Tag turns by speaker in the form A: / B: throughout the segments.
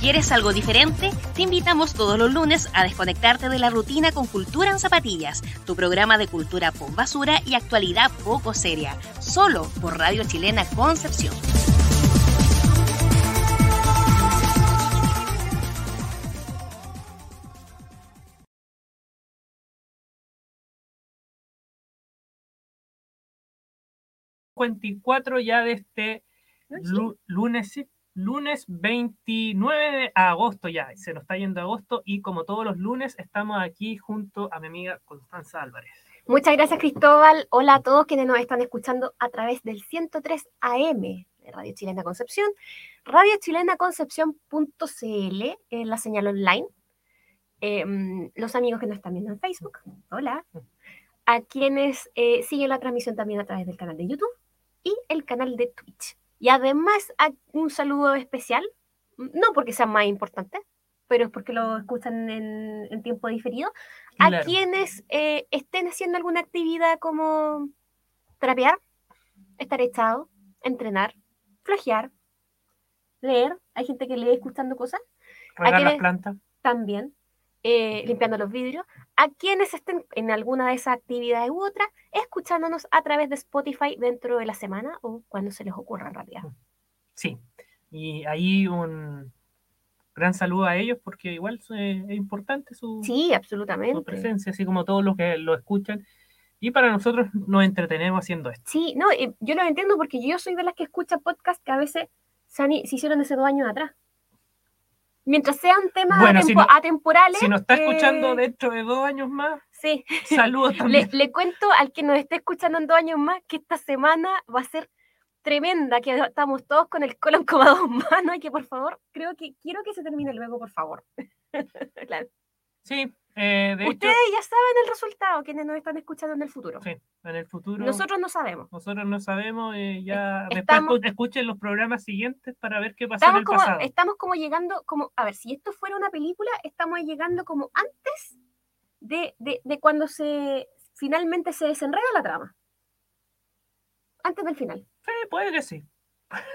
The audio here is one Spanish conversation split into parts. A: quieres algo diferente, te invitamos todos los lunes a desconectarte de la rutina con Cultura en Zapatillas, tu programa de cultura por basura y actualidad poco seria, solo por Radio Chilena Concepción.
B: ya de este lu- lunes, sí, lunes 29 de agosto ya, se nos está yendo agosto y como todos los lunes estamos aquí junto a mi amiga Constanza Álvarez.
C: Muchas gracias, Cristóbal. Hola a todos quienes nos están escuchando a través del 103 AM de Radio Chilena Concepción, Radio Chilena Concepción.cl, en la señal online. Eh, mm, los amigos que nos están viendo en Facebook, hola. A quienes eh, siguen la transmisión también a través del canal de YouTube y el canal de Twitch. Y además, a- un saludo especial, no porque sea más importante, pero es porque lo escuchan en, en tiempo diferido, a
B: Claro.
C: quienes eh, estén haciendo alguna actividad como trapear, estar echado, entrenar, flojear, leer. Hay gente que lee escuchando cosas
B: Regar las
C: quienes-
B: plantas.
C: también, eh, limpiando los vidrios. A quienes estén en alguna de esas actividades u otra, escuchándonos a través de Spotify dentro de la semana o cuando se les ocurra en realidad.
B: Sí, y ahí un gran saludo a ellos porque igual su- es importante su,
C: Sí,
B: su
C: absolutamente.
B: presencia, así como todos los que lo escuchan. Y para nosotros nos entretenemos haciendo esto.
C: Sí, no, eh, yo lo entiendo porque yo soy de las que escucha podcast que a veces se, han i- se hicieron hace dos años atrás. Mientras sean temas
B: Bueno, si
C: atempo-
B: no-
C: atemporales.
B: Si nos está
C: eh,
B: escuchando dentro de dos años más,
C: Sí,
B: saludos
C: le,
B: también.
C: le cuento al que nos esté escuchando en dos años más que esta semana va a ser tremenda, que estamos todos con el colon como a dos manos y que por favor, creo que quiero que se termine luego, por favor. Claro.
B: Sí, eh, de hecho,
C: Ustedes ya saben el resultado, quienes nos están escuchando en el futuro.
B: Sí, en el futuro.
C: Nosotros no sabemos.
B: Nosotros no sabemos, eh, ya
C: Es-
B: después
C: estamos-
B: escu- escuchen los programas siguientes para ver qué pasó en
C: Estamos
B: el
C: como,
B: pasado.
C: estamos como llegando, como, a ver, si esto fuera una película, estamos llegando como antes de, de- de cuando se finalmente se desenreda la trama. Antes del final.
B: Sí, puede que sí.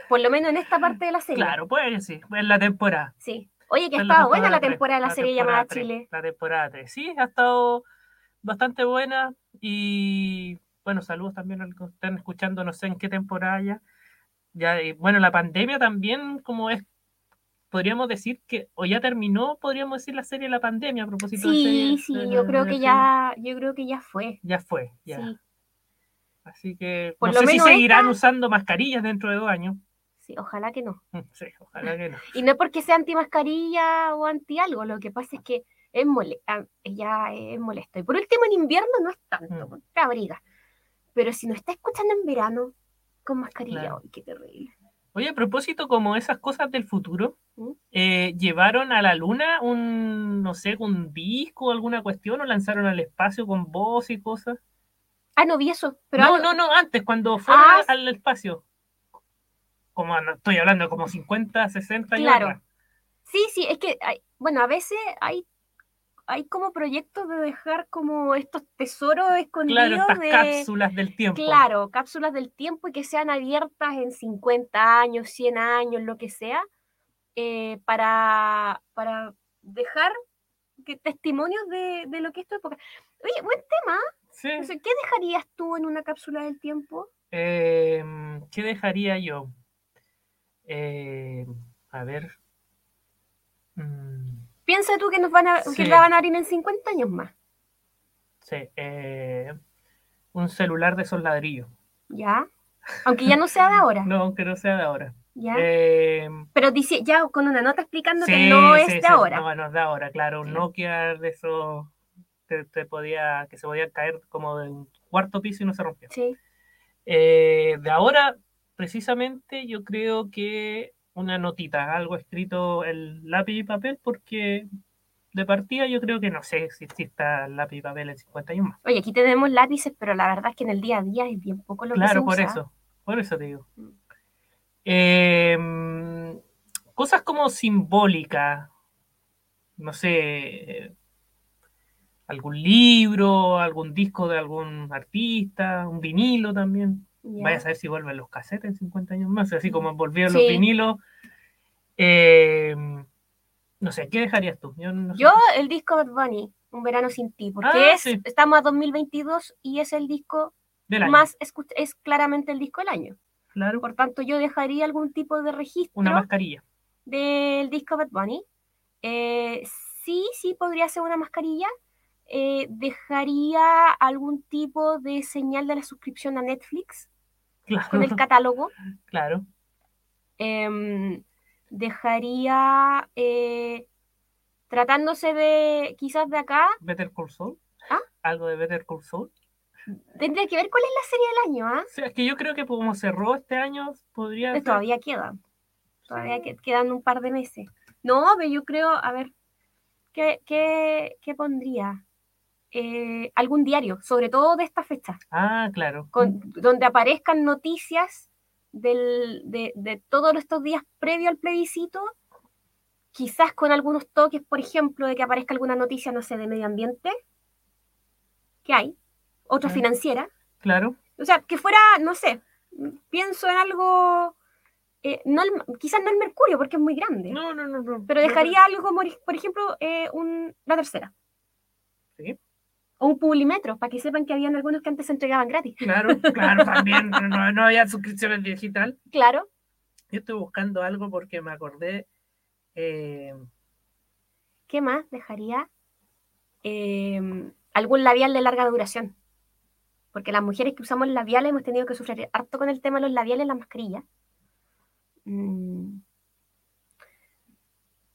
C: Por lo menos en esta parte de la serie.
B: Claro, puede que sí. En la temporada.
C: Sí. Oye, que
B: en
C: estaba buena la
B: tres,
C: temporada de la serie
B: temporada
C: llamada
B: tres,
C: Chile.
B: La temporada 3. Sí, ha estado bastante buena. Y bueno, saludos también a los que están escuchando, no sé en qué temporada ya. ya y, bueno, la pandemia también, como es. Podríamos decir que, o ya terminó, podríamos decir la serie La Pandemia a propósito de
C: Sí,
B: series,
C: sí,
B: de-
C: yo
B: de-
C: creo
B: de
C: que
B: series.
C: ya, yo creo que ya fue.
B: Ya fue, ya.
C: Sí,
B: Así que
C: Por
B: no
C: lo
B: sé si
C: menos
B: seguirán usando mascarillas dentro de dos años.
C: sí, ojalá que no.
B: Sí, ojalá que no.
C: Y no es porque sea anti mascarilla o anti algo, lo que pasa es que es mole- ah, ya es molesto. Y por último, en invierno no es tanto,
B: Mm.
C: porque te abriga. Pero si nos está escuchando en verano con mascarilla,
B: Claro.
C: ay, qué terrible.
B: Oye, a propósito, como esas cosas del futuro,
C: ¿Mm?
B: eh, llevaron a la luna un, no sé, un disco o alguna cuestión, o lanzaron al espacio con voz y cosas.
C: Ah, no vi eso, pero
B: no,
C: algo-
B: no, no, antes, cuando fuera
C: Ah, sí.
B: al espacio. Como no, estoy hablando, como 50, 60 años.
C: Claro.
B: atrás.
C: Sí, sí, es que, hay- bueno, a veces hay, hay como proyectos de dejar como estos tesoros escondidos
B: Claro, estas
C: de...
B: cápsulas del tiempo.
C: Claro, cápsulas del tiempo y que sean abiertas en 50 años, 100 años, lo que sea, eh, para, para dejar que, testimonios de, de lo que es tu época. Oye, buen tema.
B: Sí.
C: O sea, ¿Qué dejarías tú en una cápsula del tiempo?
B: Em, ¿qué dejaría yo? Em, a ver. Mm,
C: Piensa tú que nos van a, que
B: Sí.
C: la van a abrir en 50 años más,
B: sí, em, un celular de esos ladrillos.
C: ¿ya? Aunque ya no sea de ahora,
B: No, aunque no sea de ahora.
C: ¿ya?
B: Em,
C: Pero dice, ya con una nota explicando que
B: sí,
C: no es
B: sí,
C: de
B: sí,
C: ahora.
B: No, no es de ahora, claro. Un
C: Sí.
B: Nokia de esos que, te podía, que se podía caer como de un cuarto piso y no se rompía.
C: Sí.
B: Eh, de ahora, precisamente, yo creo que una notita, algo escrito en lápiz y papel, porque de partida yo creo que no sé si exista lápiz y papel en 51 más.
C: Oye, aquí tenemos lápices, pero la verdad es que en el día a día es bien poco lo que se
B: Claro, por
C: usa.
B: eso, por eso te digo.
C: Mm.
B: Eh, cosas como simbólicas, no sé, algún libro, algún disco de algún artista, un vinilo también.
C: ¿ya?
B: Vaya a saber si vuelven los cassettes en 50 años más, así como volvieron
C: Sí.
B: los vinilos. Eh, No sé, ¿qué dejarías tú? Yo, no sé.
C: Yo, el disco Bad Bunny, Un verano sin ti, porque
B: Ah,
C: es,
B: sí.
C: estamos a 2022 y es el disco
B: Del año,
C: más, escu- es claramente el disco del año.
B: claro,
C: Por tanto, yo dejaría algún tipo de registro
B: una mascarilla.
C: del disco Bad Bunny. Eh, sí, sí, podría ser una mascarilla. Eh, dejaría algún tipo de señal de la suscripción a Netflix
B: Claro,
C: con el catálogo.
B: claro.
C: Em, dejaría, eh, tratándose de quizás de acá,
B: Better Call Saul.
C: ¿Ah?
B: Algo de Better Call Saul.
C: tendría que ver cuál es la serie del año, ¿ah?
B: O sea, es que yo creo que como cerró este año, podría
C: Pues
B: ser-
C: Todavía queda. Todavía que- quedan un par de meses. No, pero yo creo, a ver, ¿qué, qué- qué pondría? Eh, algún diario, sobre todo de esta fecha,
B: Ah, claro.
C: con- donde aparezcan noticias del- de, de todos estos días previo al plebiscito, quizás con algunos toques, por ejemplo, de que aparezca alguna noticia, no sé, de medio ambiente, que hay, otra
B: Ah.
C: financiera,
B: Claro,
C: o sea, que fuera, no sé, m- pienso en algo, eh, no el- quizás no el Mercurio, porque es muy grande,
B: No, no, no, no.
C: pero
B: No,
C: dejaría algo, mori- por ejemplo, eh, un, la tercera.
B: Sí.
C: O un Publimetro, para que sepan que habían algunos que antes se entregaban gratis.
B: Claro, claro, también. No, no, no había suscripciones digital.
C: Claro.
B: Yo estoy buscando algo porque me acordé. eh,
C: ¿Qué más dejaría? Eh, algún labial de larga duración. Porque las mujeres que usamos labiales hemos tenido que sufrir harto con el tema de los labiales y las mascarillas. Mm.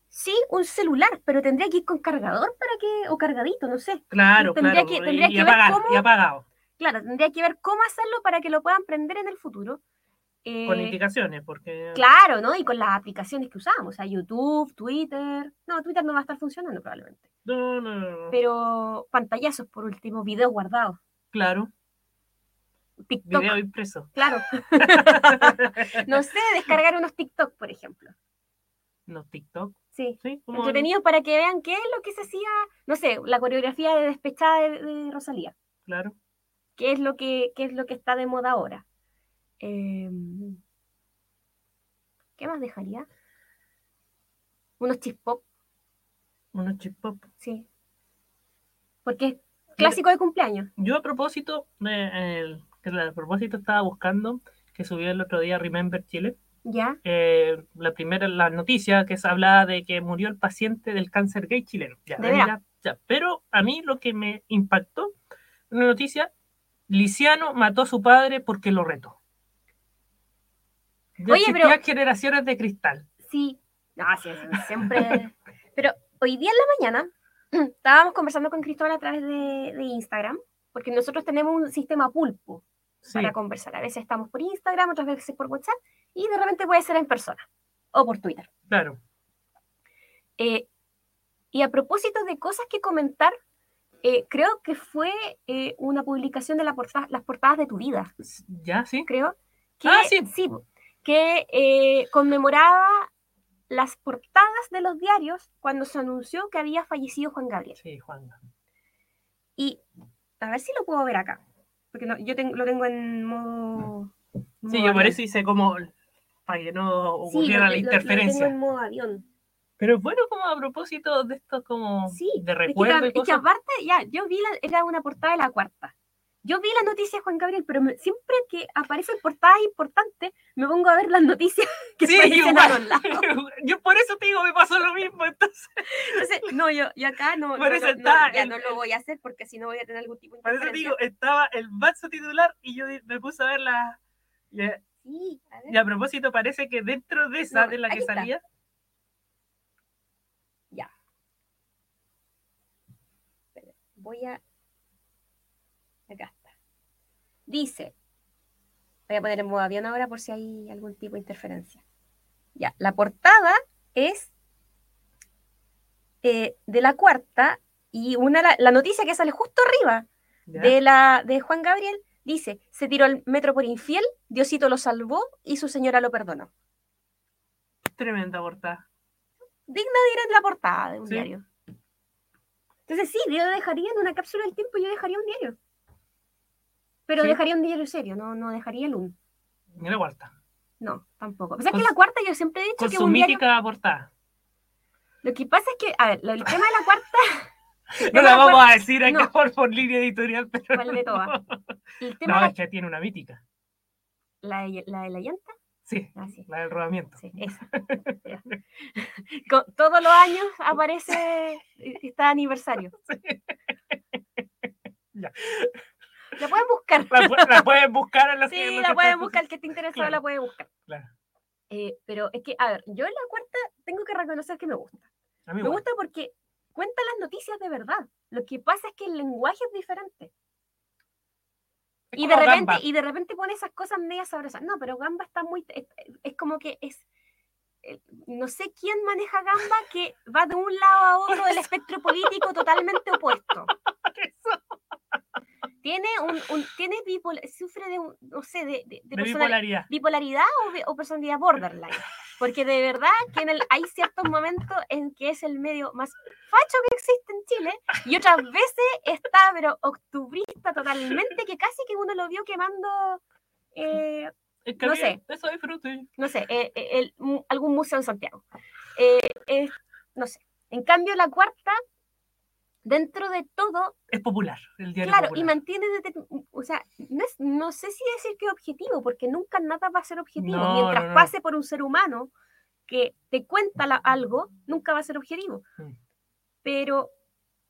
C: Sí, un celular, pero tendría que ir con cargador para que, o cargadito, no sé.
B: claro,
C: Tendría
B: claro.
C: que-
B: y-
C: tendría
B: y,
C: que ver
B: apagado,
C: cómo-
B: y apagado.
C: Claro, tendría que ver cómo hacerlo para que lo puedan prender en el futuro. Eh,
B: Con indicaciones, porque.
C: claro, ¿no? Y con las aplicaciones que usamos, o sea, YouTube, Twitter. No, Twitter no va a estar funcionando probablemente.
B: No, no, no, no,
C: Pero pantallazos, por último, videos guardados.
B: Claro,
C: TikTok,
B: video impreso.
C: claro. No sé, descargar unos TikTok, por ejemplo.
B: no, TikTok.
C: Sí.
B: Sí, como.
C: Entretenidos para que vean qué es lo que se hacía, no sé, la coreografía de despechada de, de Rosalía.
B: Claro.
C: ¿Qué es lo que, qué es lo que está de moda ahora? Eh, ¿Qué más dejaría? Unos chispop,
B: Unos chip pop.
C: sí. Porque es clásico de cumpleaños.
B: Yo a propósito, eh, el- que la- a propósito estaba buscando que subió el otro día Remember Chile.
C: ¿Ya?
B: eh, la primera, la noticia que se hablaba de que murió el paciente del cáncer gay chileno. Ya,
C: ¿De veras?
B: mira, ya. Pero a mí lo que me impactó, una noticia, Lisiano mató a su padre porque lo retó. Ya
C: Oye,
B: existían
C: pero-
B: generaciones de cristal.
C: Sí, no, sí, sí, siempre. Pero hoy día en la mañana estábamos conversando con Cristóbal a través de, de Instagram, porque nosotros tenemos un sistema pulpo
B: Sí,
C: para conversar. A veces estamos por Instagram, otras veces por WhatsApp, y de repente puede ser en persona o por Twitter.
B: claro.
C: Eh, y a propósito de cosas que comentar, eh, creo que fue eh, una publicación de la porta- las portadas de tu vida
B: Ya, sí.
C: creo, que,
B: Ah, sí.
C: que eh, conmemoraba las portadas de los diarios cuando se anunció que había fallecido Juan Gabriel.
B: Sí, Juan.
C: Y a ver si lo puedo ver acá, porque no- yo ten- lo tengo en modo...
B: Sí,
C: modo
B: yo
C: avión.
B: por eso hice como para que no
C: Sí,
B: ocurriera
C: lo-
B: la
C: lo- lo
B: interferencia.
C: tengo en modo avión.
B: Pero bueno, como a propósito de esto, como
C: Sí,
B: de
C: Es que
B: recuerdo
C: tam-
B: y
C: es que,
B: cosas.
C: aparte, ya, yo vi, la, era una portada de la cuarta. Yo vi la noticia de Juan Gabriel, pero me- siempre que aparecen portadas importantes, me pongo a ver las noticias que
B: Sí,
C: aparecen a
B: igual.
C: los lados.
B: Yo por eso te digo, me pasó lo mismo. Entonces,
C: Entonces, Pues, eh, no, yo, yo acá no,
B: Por
C: no,
B: eso
C: no, no,
B: está
C: ya
B: el-
C: no lo voy a hacer porque si no voy a tener algún tipo de
B: Por eso te
C: interferencia.
B: digo, estaba el vaso titular y yo di- me puse a ver la. Y a,
C: Sí, a ver.
B: y a propósito, parece que dentro de esa,
C: No,
B: de la que
C: ahí está.
B: salía.
C: Voy a... Acá está. Dice, voy a poner en modo avión ahora por si hay algún tipo de interferencia. Ya, la portada es eh, de la cuarta y una la, la noticia que sale justo arriba
B: ya,
C: de la de Juan Gabriel dice, se tiró el metro por infiel, Diosito lo salvó y su señora lo perdonó.
B: Tremenda portada.
C: digna de ir en la portada de un
B: Sí.
C: diario. Entonces sí, yo dejaría en una cápsula del tiempo, yo dejaría un diario. Pero
B: Sí.
C: dejaría un diario serio, no, no dejaría el un.
B: Mira, cuarta.
C: No, tampoco. O sea,
B: Con
C: que la
B: su-
C: cuarta yo siempre he dicho
B: Con
C: que
B: su
C: un diario...
B: mítica portada.
C: Lo que pasa es que, a ver, lo- el tema de la cuarta,
B: No la vamos a decir acá
C: No.
B: por, por línea editorial, pero.
C: ¿cuál de todas? El tema
B: No,
C: de
B: es que tiene una mítica.
C: la, la, de- la de la llanta,
B: Sí,
C: ah, sí,
B: la del rodamiento.
C: sí, esa. ya. Co- Todos los años aparece este aniversario.
B: Ya.
C: La pueden buscar.
B: La, pu- la pueden buscar en la en
C: Sí,
B: los
C: la pueden
B: extractos.
C: buscar, el que esté interesado
B: Claro.
C: la puede buscar.
B: Claro.
C: Eh, pero es que, a ver, yo en la cuarta tengo que reconocer que me gusta.
B: A mí
C: Me
B: igual.
C: gusta porque cuenta las noticias de verdad. Lo que pasa es que el lenguaje es diferente.
B: Es
C: Y de,
B: como
C: repente,
B: Gamba.
C: y de repente pone esas cosas medias sabrosas. No, pero Gamba está muy... Es, es como que es... el- No sé quién maneja Gamba que va de un lado a otro del espectro político totalmente opuesto.
B: Eso,
C: Tiene un... un- tiene bipolar, sufre de, un- no sé, de, de- de
B: De
C: personali-
B: bipolaridad.
C: bipolaridad o, bi- o personalidad borderline. Porque de verdad que en el- hay ciertos momentos en que es el medio más facho que existe en Chile y otras veces está, pero octubrista totalmente, que casi que uno lo vio quemando, eh,
B: Es que a
C: no
B: mí
C: sé.
B: Eso disfruto. yo.
C: no sé, eh, eh, el- mu- algún museo en Santiago. Eh, eh, no sé. En cambio, la cuarta, dentro de todo,
B: Es popular. El diario
C: Claro, y
B: popular.
C: mantiene, determin- o sea, no, es- no sé si decir que objetivo, porque nunca nada va a ser objetivo.
B: No,
C: Mientras
B: no, no.
C: pase por un ser humano que te cuenta la- algo, nunca va a ser objetivo.
B: Mm.
C: Pero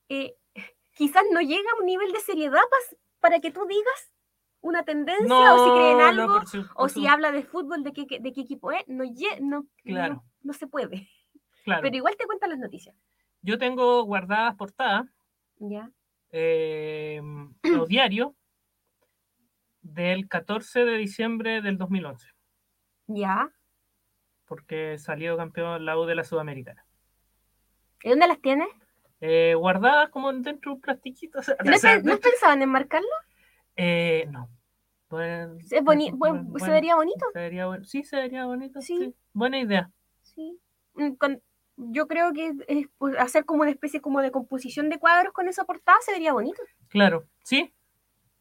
C: eh, quizás no llega a un nivel de seriedad pas- para que tú digas una tendencia o si creen
B: no,
C: algo.
B: por su-
C: o
B: por
C: si
B: su-
C: habla de fútbol, de qué, qué- de qué equipo es, no, lle- no,
B: Claro.
C: no, no se puede.
B: Claro.
C: Pero igual te cuentan las noticias.
B: Yo tengo guardadas portadas,
C: ¿ya?
B: eh, los diarios, del 14 de diciembre del 2011,
C: ¿Ya?
B: porque salió campeón la U de la Sudamericana.
C: ¿Y dónde las tienes?
B: Eh, guardadas como dentro de un plastiquito. o sea,
C: ¿No,
B: o sea,
C: pe- no
B: dentro-
C: pensaban en marcarlo?
B: eh, no. Bueno,
C: Es boni-
B: bueno,
C: buen- se
B: bueno,
C: vería bonito,
B: se vería bueno. Sí, se vería bonito.
C: Sí.
B: sí. Buena idea.
C: sí. Mm, con- yo creo que es, pues, hacer como una especie como de composición de cuadros con esa portada se vería bonito.
B: Claro, sí.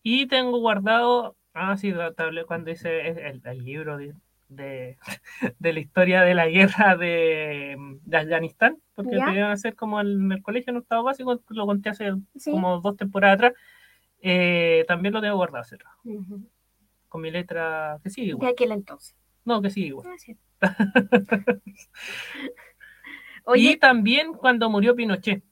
B: Y tengo guardado, ah, sí, la tablet- cuando hice el, el- el libro de, de- de la historia de la guerra de, mm, de Afganistán, porque
C: Ya.
B: lo iban a hacer como en el colegio en octavo básico, lo conté hace
C: Sí.
B: como dos temporadas atrás, eh, también lo tengo guardado ese trabajo,
C: Ujú.
B: con mi letra que sigue
C: De
B: igual,
C: aquel entonces.
B: no, que sigue igual.
C: Ah, sí.
B: Y
C: Oye,
B: también cuando murió Pinochet,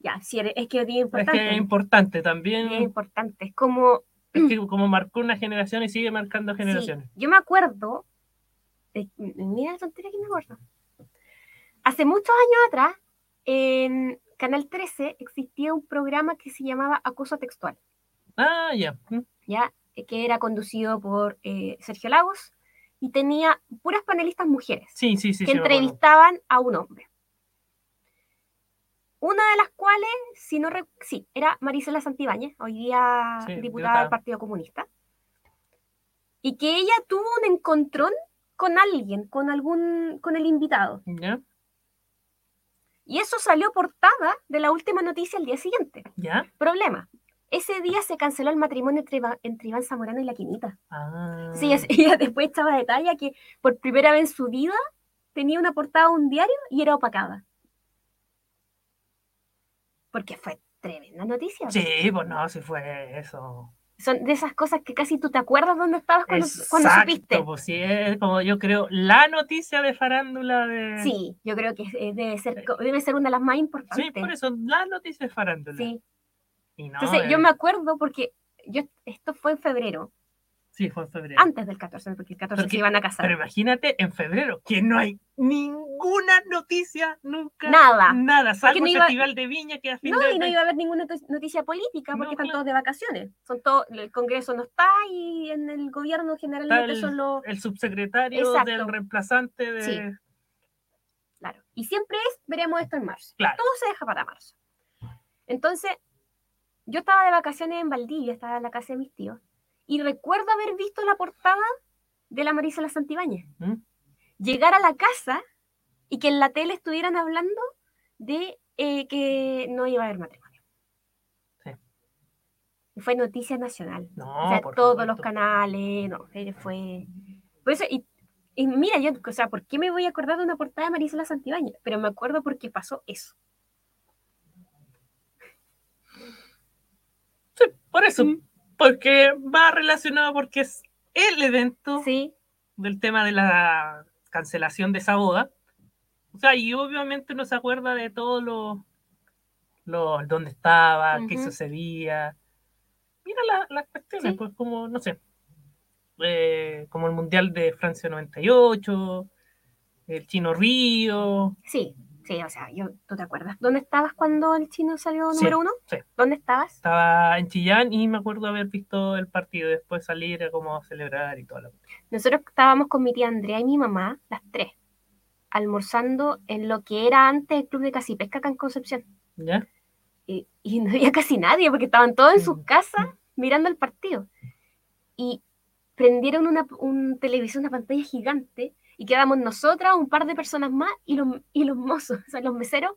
C: ya, sí, eres- es que es bien
B: es
C: importante.
B: que es importante
C: bien
B: también,
C: importante. Es como,
B: es que como marcó una generación y sigue marcando
C: sí,
B: generaciones.
C: yo me acuerdo, de- mira la tontería que me acuerdo. Hace muchos años atrás, en Canal 13 existía un programa que se llamaba Acoso Textual.
B: Ah, ya. mm,
C: ¿ya? Eh, que era conducido por eh, Sergio Lagos y tenía puras panelistas mujeres
B: Sí, sí, sí.
C: que
B: sí, me acuerdo.
C: entrevistaban a un hombre. Una de las cuales, si no rec- sí, era Marisela Santibáñez, hoy día
B: Sí,
C: diputada del
B: diputada.
C: Partido Comunista, y que ella tuvo un encontrón con alguien, con algún, con el invitado.
B: ¿Ya?
C: Y eso salió portada de la última noticia al día siguiente.
B: ¿Ya?
C: Problema. Ese día se canceló el matrimonio entre, Iva- entre Iván Zamorano y la Quinita.
B: Ah.
C: Sí, es- ella después estaba detalle que por primera vez en su vida tenía una portada de un diario y era opacada. Porque fue tremenda noticia.
B: Sí, pues no, si fue eso.
C: Son de esas cosas que casi tú te acuerdas dónde estabas cuando, cuando supiste.
B: Exacto, pues sí, es como yo creo la noticia de farándula de...
C: Sí, yo creo que es- eh, debe ser, co- debe ser una de las más
B: Sí,
C: importantes.
B: por eso, la noticia de farándula.
C: Sí.
B: Y no,
C: Entonces
B: eh,
C: yo me acuerdo porque yo, esto fue en febrero,
B: Sí, fue en febrero.
C: antes del 14, porque el 14
B: Porque-
C: se iban a
B: Pero
C: casar.
B: imagínate, en febrero, que no hay ninguna noticia nunca.
C: Nada.
B: Nada, salvo
C: no
B: el
C: iba-
B: festival de viña que a fin
C: No,
B: de...
C: y no iba a haber ninguna notic- noticia política
B: No,
C: porque están
B: claro.
C: todos de vacaciones. Son todos, el Congreso no está y en el gobierno generalmente
B: el-
C: son los.
B: El subsecretario
C: Exacto.
B: del reemplazante de...
C: Sí. Claro. Y siempre es, veremos esto en marzo.
B: Claro.
C: Todo se deja para marzo. Entonces, yo estaba de vacaciones en Valdivia, estaba en la casa de mis tíos, y recuerdo haber visto la portada de la Marisela Santibáñez.
B: ¿Mm?
C: Llegar a la casa y que en la tele estuvieran hablando de eh, que no iba a haber matrimonio.
B: Sí.
C: Fue noticia nacional.
B: No,
C: o sea,
B: Ah, por
C: todos los
B: supuesto.
C: canales, no, eh, fue... Por eso, y Y mira, yo, o sea, ¿por qué me voy a acordar de una portada de Marisela Santibáñez? Pero me acuerdo porque pasó eso.
B: Sí, por eso.
C: Mm.
B: Porque va relacionado porque es el evento
C: Sí,
B: del tema de la cancelación de esa boda. O sea, y obviamente uno se acuerda de todo lo, lo dónde estaba, qué
C: Ujú.
B: sucedía. Mira la- las cuestiones,
C: Sí.
B: pues como, no sé, eh, como el Mundial de Francia 98, el Chino Río,
C: sí, sí, o sea, yo, ¿tú te acuerdas? ¿Dónde estabas cuando el chino salió
B: Sí,
C: número uno?
B: sí.
C: ¿Dónde estabas?
B: estaba en Chillán y me acuerdo haber visto el partido y después salir a como a celebrar y todo lo
C: Nosotros estábamos con mi tía Andrea y mi mamá, las tres, almorzando en lo que era antes el club de Casipesca acá en Concepción.
B: ¿Ya?
C: y, eh, y no había casi nadie porque estaban todos en sus
B: Mm.
C: casas mirando el partido. Y prendieron una un televisión, una pantalla gigante, y quedamos nosotras, un par de personas más y los, y los mozos, o sea, los meseros,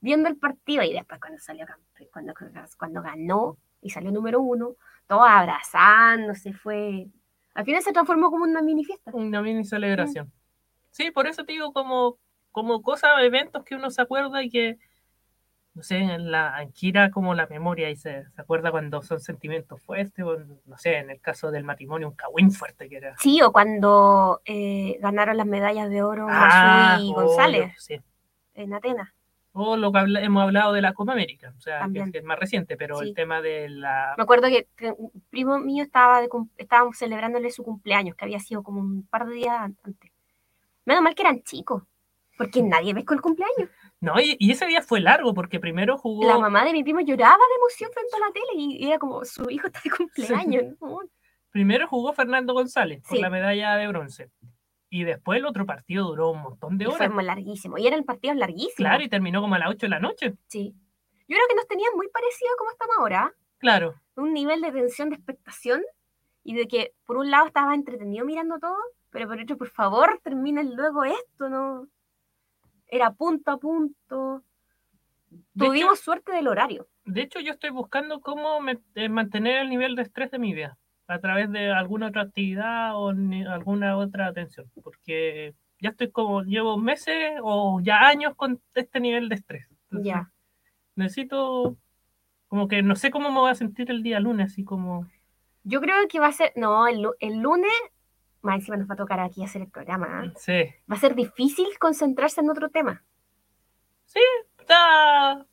C: viendo el partido. Y después cuando salió campe- cuando, cuando ganó y salió número uno, todos abrazándose, fue... Al final se transformó como una mini fiesta.
B: Una mini celebración. Sí, por eso te digo, como, como cosas, eventos que uno se acuerda y que, no sé, en la anquira como la memoria y se, se acuerda cuando son sentimientos fuertes, o no sé, en el caso del matrimonio, un cagüín fuerte que era.
C: Sí, o cuando eh, ganaron las medallas de oro Massú y
B: o
C: González
B: lo- Ah, sí.
C: en Atenas.
B: O lo que habla- hemos hablado de la Copa América, o sea, que
C: También.
B: es, que es más reciente, pero
C: Sí.
B: el tema de la...
C: Me acuerdo que que un primo mío estaba de cum- estábamos celebrándole su cumpleaños, que había sido como un par de días an- antes. Menos mal que eran chicos, porque nadie pescó el cumpleaños.
B: No, y, y ese día fue largo, porque primero jugó...
C: La mamá de mi primo lloraba de emoción frente a la tele y era como, su hijo está de cumpleaños. ¿no?
B: Primero jugó Fernando González por
C: Sí.
B: la medalla de bronce. Y después el otro partido duró un montón de
C: Y fue
B: horas.
C: muy larguísimo. Y eran partidos larguísimos.
B: Claro, y terminó como a las 8 de la noche.
C: Sí. Yo creo que nos tenían muy parecido como estamos ahora. ¿eh?
B: Claro.
C: Un nivel de tensión, de expectación y de que por un lado estaba entretenido mirando todo, pero por otro, por favor, terminen luego esto, ¿no? Era punto a punto.
B: De hecho,
C: Tuvimos suerte del horario.
B: de hecho, yo estoy buscando cómo me- eh, mantener el nivel de estrés de mi vida a través de alguna otra actividad o ni- alguna otra atención. Porque ya estoy como, llevo meses o ya años con este nivel de estrés. Entonces,
C: Ya.
B: Necesito, como que no sé cómo me voy a sentir el día lunes, así como...
C: Yo creo que va a ser. No, el, lu- el lunes. Más encima nos va a tocar aquí hacer el programa. ¿ah?
B: Sí.
C: Va a ser difícil concentrarse en otro tema.
B: Está-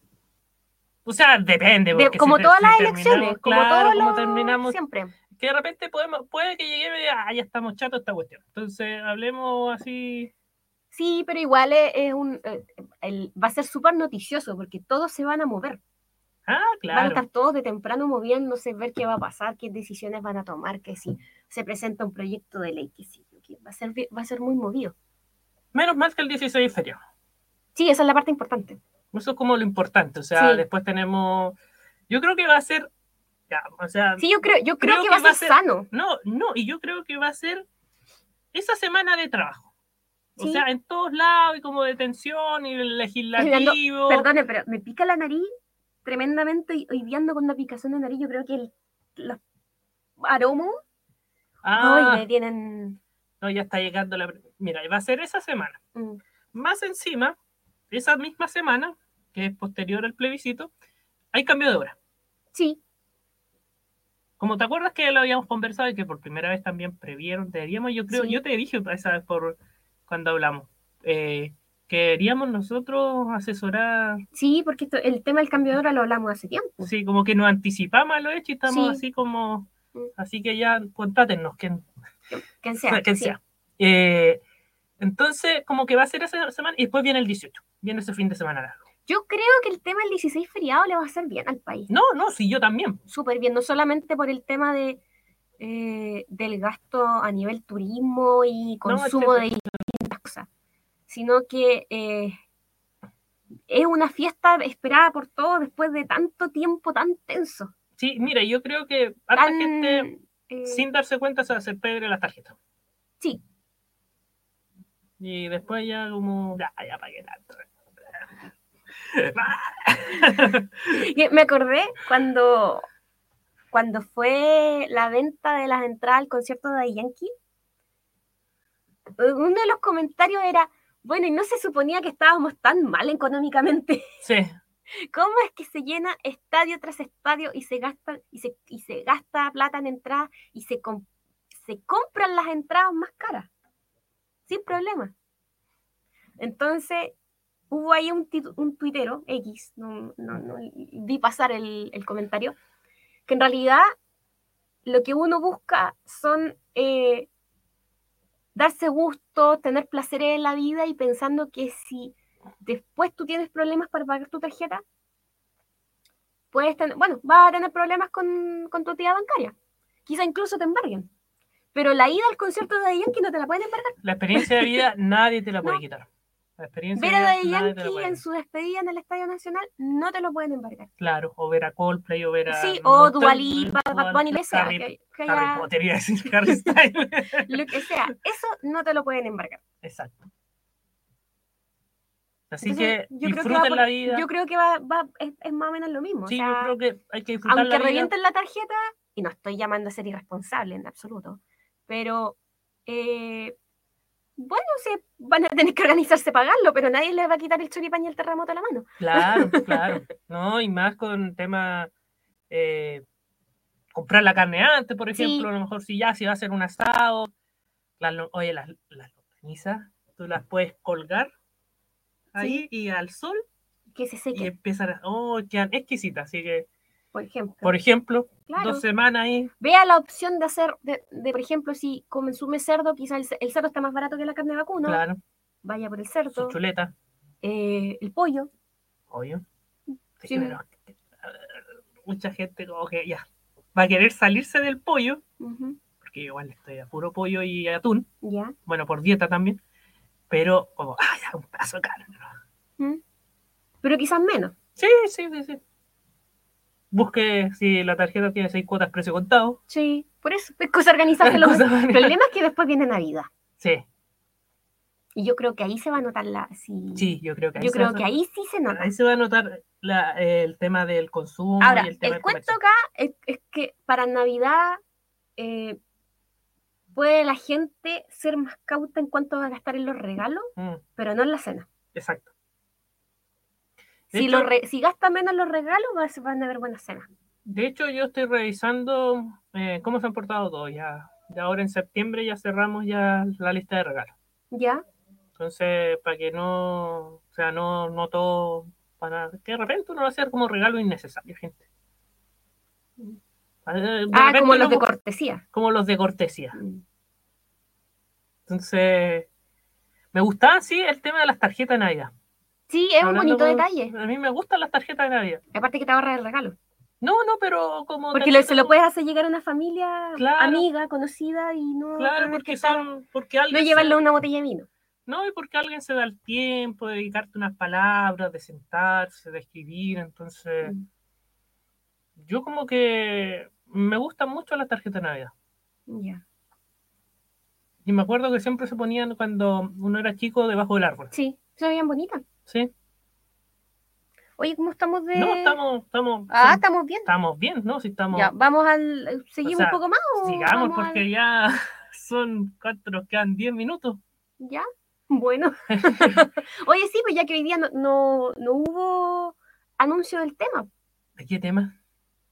B: O sea, depende.
C: De-
B: porque
C: como
B: si te-
C: todas
B: si
C: las
B: terminamos-
C: elecciones, como
B: claro,
C: todos
B: como
C: los-
B: terminamos,
C: Siempre.
B: que de repente podemos, puede que llegue, ah, ya estamos chatos de esta cuestión. Entonces, hablemos así.
C: Sí, pero igual es, es un. eh, el- va a ser súper noticioso porque todos se van a mover.
B: Ah,
C: Van a
B: claro.
C: estar todos de temprano moviéndose, ver qué va a pasar, qué decisiones van a tomar, que si se presenta un proyecto de ley, que sí. que Va a ser, bi- va a ser muy movido.
B: Menos mal que el 16 es feriado.
C: Sí, esa es la parte importante.
B: Eso es como lo importante. O sea,
C: Sí.
B: después tenemos. Yo creo que va a ser. ya, o sea,
C: Sí, yo creo, yo creo, que, va a ser sano.
B: No, no, y yo creo que va a ser esa semana de trabajo. O
C: Sí.
B: sea, en todos lados, y como de tensión, y el legislativo.
C: Perdone, pero me pica la nariz tremendamente y hoy día ando con una picazón de nariz. Yo creo que el, los aromos
B: Ah,
C: hoy me tienen.
B: No, ya está llegando la. Mira, va a ser esa semana.
C: mm,
B: Más encima, esa misma semana, que es posterior al plebiscito, hay cambio de hora.
C: Sí,
B: Como te acuerdas que lo habíamos conversado y que por primera vez también previeron, deberíamos, yo creo,
C: Sí.
B: yo te dije esa vez por cuando hablamos, eh, queríamos nosotros asesorar,
C: sí, porque esto- el tema del cambio de hora lo hablamos hace tiempo.
B: sí, como que nos anticipamos a lo hecho y estamos
C: Sí.
B: así como,
C: Mm.
B: así que ya contátenos quién,
C: Quien sea.
B: quien
C: sí.
B: sea. Eh, entonces, como que va a ser esa semana y después viene el 18, viene ese fin de semana largo.
C: Yo creo que el tema del 16 feriado le va a hacer bien al país.
B: No, no, sí, yo también.
C: Súper bien, no solamente por el tema de. eh, del gasto a nivel turismo y consumo de
B: etcétera.
C: distintas cosas, sino que eh, es una fiesta esperada por todos después de tanto tiempo tan tenso.
B: Sí, mira, yo creo que harta
C: tan,
B: gente,
C: eh,
B: sin darse cuenta, se hace pedre las tarjetas.
C: Sí.
B: Y después ya como, ya, ya pagué tanto.
C: que Me acordé cuando, cuando fue la venta de las entradas al concierto de Yankee. Eh, uno de los comentarios era, bueno, y no se suponía que estábamos tan mal económicamente.
B: Sí,
C: ¿Cómo es que se llena estadio tras estadio y se gasta, y se, y se gasta plata en entradas y se, com- se compran las entradas más caras? Sin problema. Entonces, hubo ahí un, tit- un tuitero, X, no, no- no- vi pasar el, el comentario, que en realidad lo que uno busca son eh, darse gusto, tener placeres en la vida y pensando que si después tú tienes problemas para pagar tu tarjeta, puedes tener, bueno, vas a tener problemas con, con tu entidad bancaria. Quizá incluso te embarguen. Pero la ida al concierto de Daddy Yankee no te la pueden embargar.
B: la experiencia de vida nadie te la puede
C: No.
B: quitar. La experiencia
C: Ver a
B: de
C: Daddy
B: vida nadie te la
C: Yankee
B: puede
C: en
B: quitar.
C: su despedida en el Estadio Nacional no te lo pueden embargar.
B: Claro, o ver a Coldplay, o ver a...
C: Sí,
B: un
C: o
B: montón-
C: Dualipa, Bad
B: Dua
C: Bunny,
B: Lipa,
C: lo que sea.
B: Harry-
C: que- que haya-
B: Harry Potter, iba a decir Harry Styles.
C: lo que sea. Eso no te lo pueden embargar.
B: Exacto. Así que
C: Entonces, yo creo que
B: disfruten
C: va por-
B: la vida.
C: Yo creo que va, va- es, es más o menos lo mismo. o
B: sí,
C: sea,
B: yo creo que hay que disfrutar
C: aunque
B: la vida.
C: revienten la tarjeta, y no estoy llamando a ser irresponsable en absoluto, pero eh, bueno, se van a tener que organizarse para pagarlo, pero nadie les va a quitar el choripán y el terremoto a la mano.
B: Claro, claro. No, y más con tema eh, comprar la carne antes, por
C: Sí.
B: ejemplo, a lo mejor si ya si va a hacer un asado. las lo- oye, las, las longanizas, tú las puedes colgar ahí y al sol
C: Que se seque,
B: y empiezan a, oh, quedan exquisitas. Así que,
C: por ejemplo.
B: por ejemplo,
C: claro.
B: dos semanas ahí,
C: Vea la opción de hacer, de, de, por ejemplo, si consume cerdo, quizá el, ce- el cerdo está más barato que la carne de vacuno,
B: claro,
C: vaya por el
B: su
C: cerdo,
B: chuleta,
C: eh, el pollo.
B: obvio. Sí,
C: Sí.
B: pero, mucha gente como que ya va a querer salirse del pollo,
C: ujú,
B: porque igual estoy a puro pollo y atún.
C: Ya.
B: bueno, por dieta también, pero como, ah, ya, un pedazo de carne. ¿no?
C: ¿Mm? Pero quizás menos.
B: Sí, sí, sí, sí. Busque si la tarjeta tiene seis cuotas precio contado.
C: Sí. Por eso, es cosa de organizarse lo
B: Cosa
C: El
B: buena.
C: problema es que después viene Navidad.
B: sí,
C: Y yo creo que ahí se va a notar la. Sí,
B: sí, yo creo que ahí,
C: yo
B: se,
C: creo
B: va a-
C: que ahí sí se nota.
B: ahí se va a notar la- el tema del consumo
C: Ahora,
B: y el
C: el,
B: tema del
C: cuento
B: comercio.
C: acá es, es que para Navidad eh, puede la gente ser más cauta en cuanto va a gastar en los regalos,
B: Mm,
C: pero no en la cena.
B: exacto. De
C: Si,
B: hecho-
C: los re- si gasta menos en los regalos, va a ser- van a haber buenas cenas.
B: De hecho, yo estoy revisando eh, cómo se han portado todos. Ya, ya ahora en septiembre ya cerramos ya la lista de regalos.
C: ¿Ya?
B: Entonces, para que no, o sea, no, no todo, para que de repente uno va a hacer como regalo innecesario, gente. Ah, de
C: Ah,
B: repente
C: como los de
B: como-
C: cortesía.
B: como los de cortesía.
C: Mm.
B: Entonces, me gustaba, sí, el tema de las tarjetas de Navidad.
C: Sí, es
B: Hablando
C: un bonito
B: con-
C: detalle.
B: A mí me gustan las tarjetas de Navidad.
C: Aparte que te ahorras el regalo.
B: No, no, pero como...
C: Porque lo- se lo
B: tarjeta-
C: puedes hacer llegar a una familia
B: Claro.
C: amiga, conocida y no.
B: Claro,
C: tener que
B: porque
C: estar-
B: son... Porque
C: No
B: alguien se-
C: llevarle una botella de vino.
B: No, y porque alguien se da el tiempo de dedicarte unas palabras, de sentarse, de escribir. Entonces,
C: Mm,
B: yo como que me gustan mucho las tarjetas de Navidad.
C: Ya.
B: Y me acuerdo que siempre se ponían cuando uno era chico debajo del árbol.
C: Sí, se veían bonitas.
B: ¿Sí?
C: Oye, ¿cómo estamos de.?
B: No, estamos, estamos,
C: Ah,
B: sí,
C: estamos bien.
B: estamos bien, ¿no? Si estamos,
C: Ya, vamos al. eh, ¿Seguimos
B: O sea,
C: un poco más o.?
B: sigamos
C: vamos al-
B: porque ya son cuatro, nos quedan diez minutos.
C: Ya. Bueno. Oye, sí, pues ya que hoy día no, no, no hubo anuncio del tema,
B: ¿De qué tema?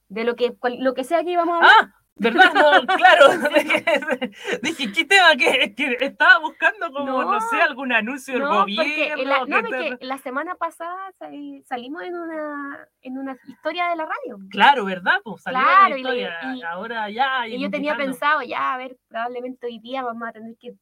C: de lo que, cual- lo que sea que íbamos a hablar.
B: Ah, ¿verdad? No, claro. Dije, ¿qué tema? Que, que estaba buscando como, no,
C: No.
B: sé, algún anuncio del
C: no, porque
B: gobierno.
C: en la, no,
B: que
C: porque
B: tal-
C: la semana pasada sali- salimos en una, en una historia de la radio.
B: Claro, ¿verdad? Pues salió
C: Claro,
B: la
C: y la-
B: historia.
C: y-
B: Ahora ya.
C: Y yo tenía
B: indicando.
C: pensado, ya, a ver, probablemente hoy día vamos a tener que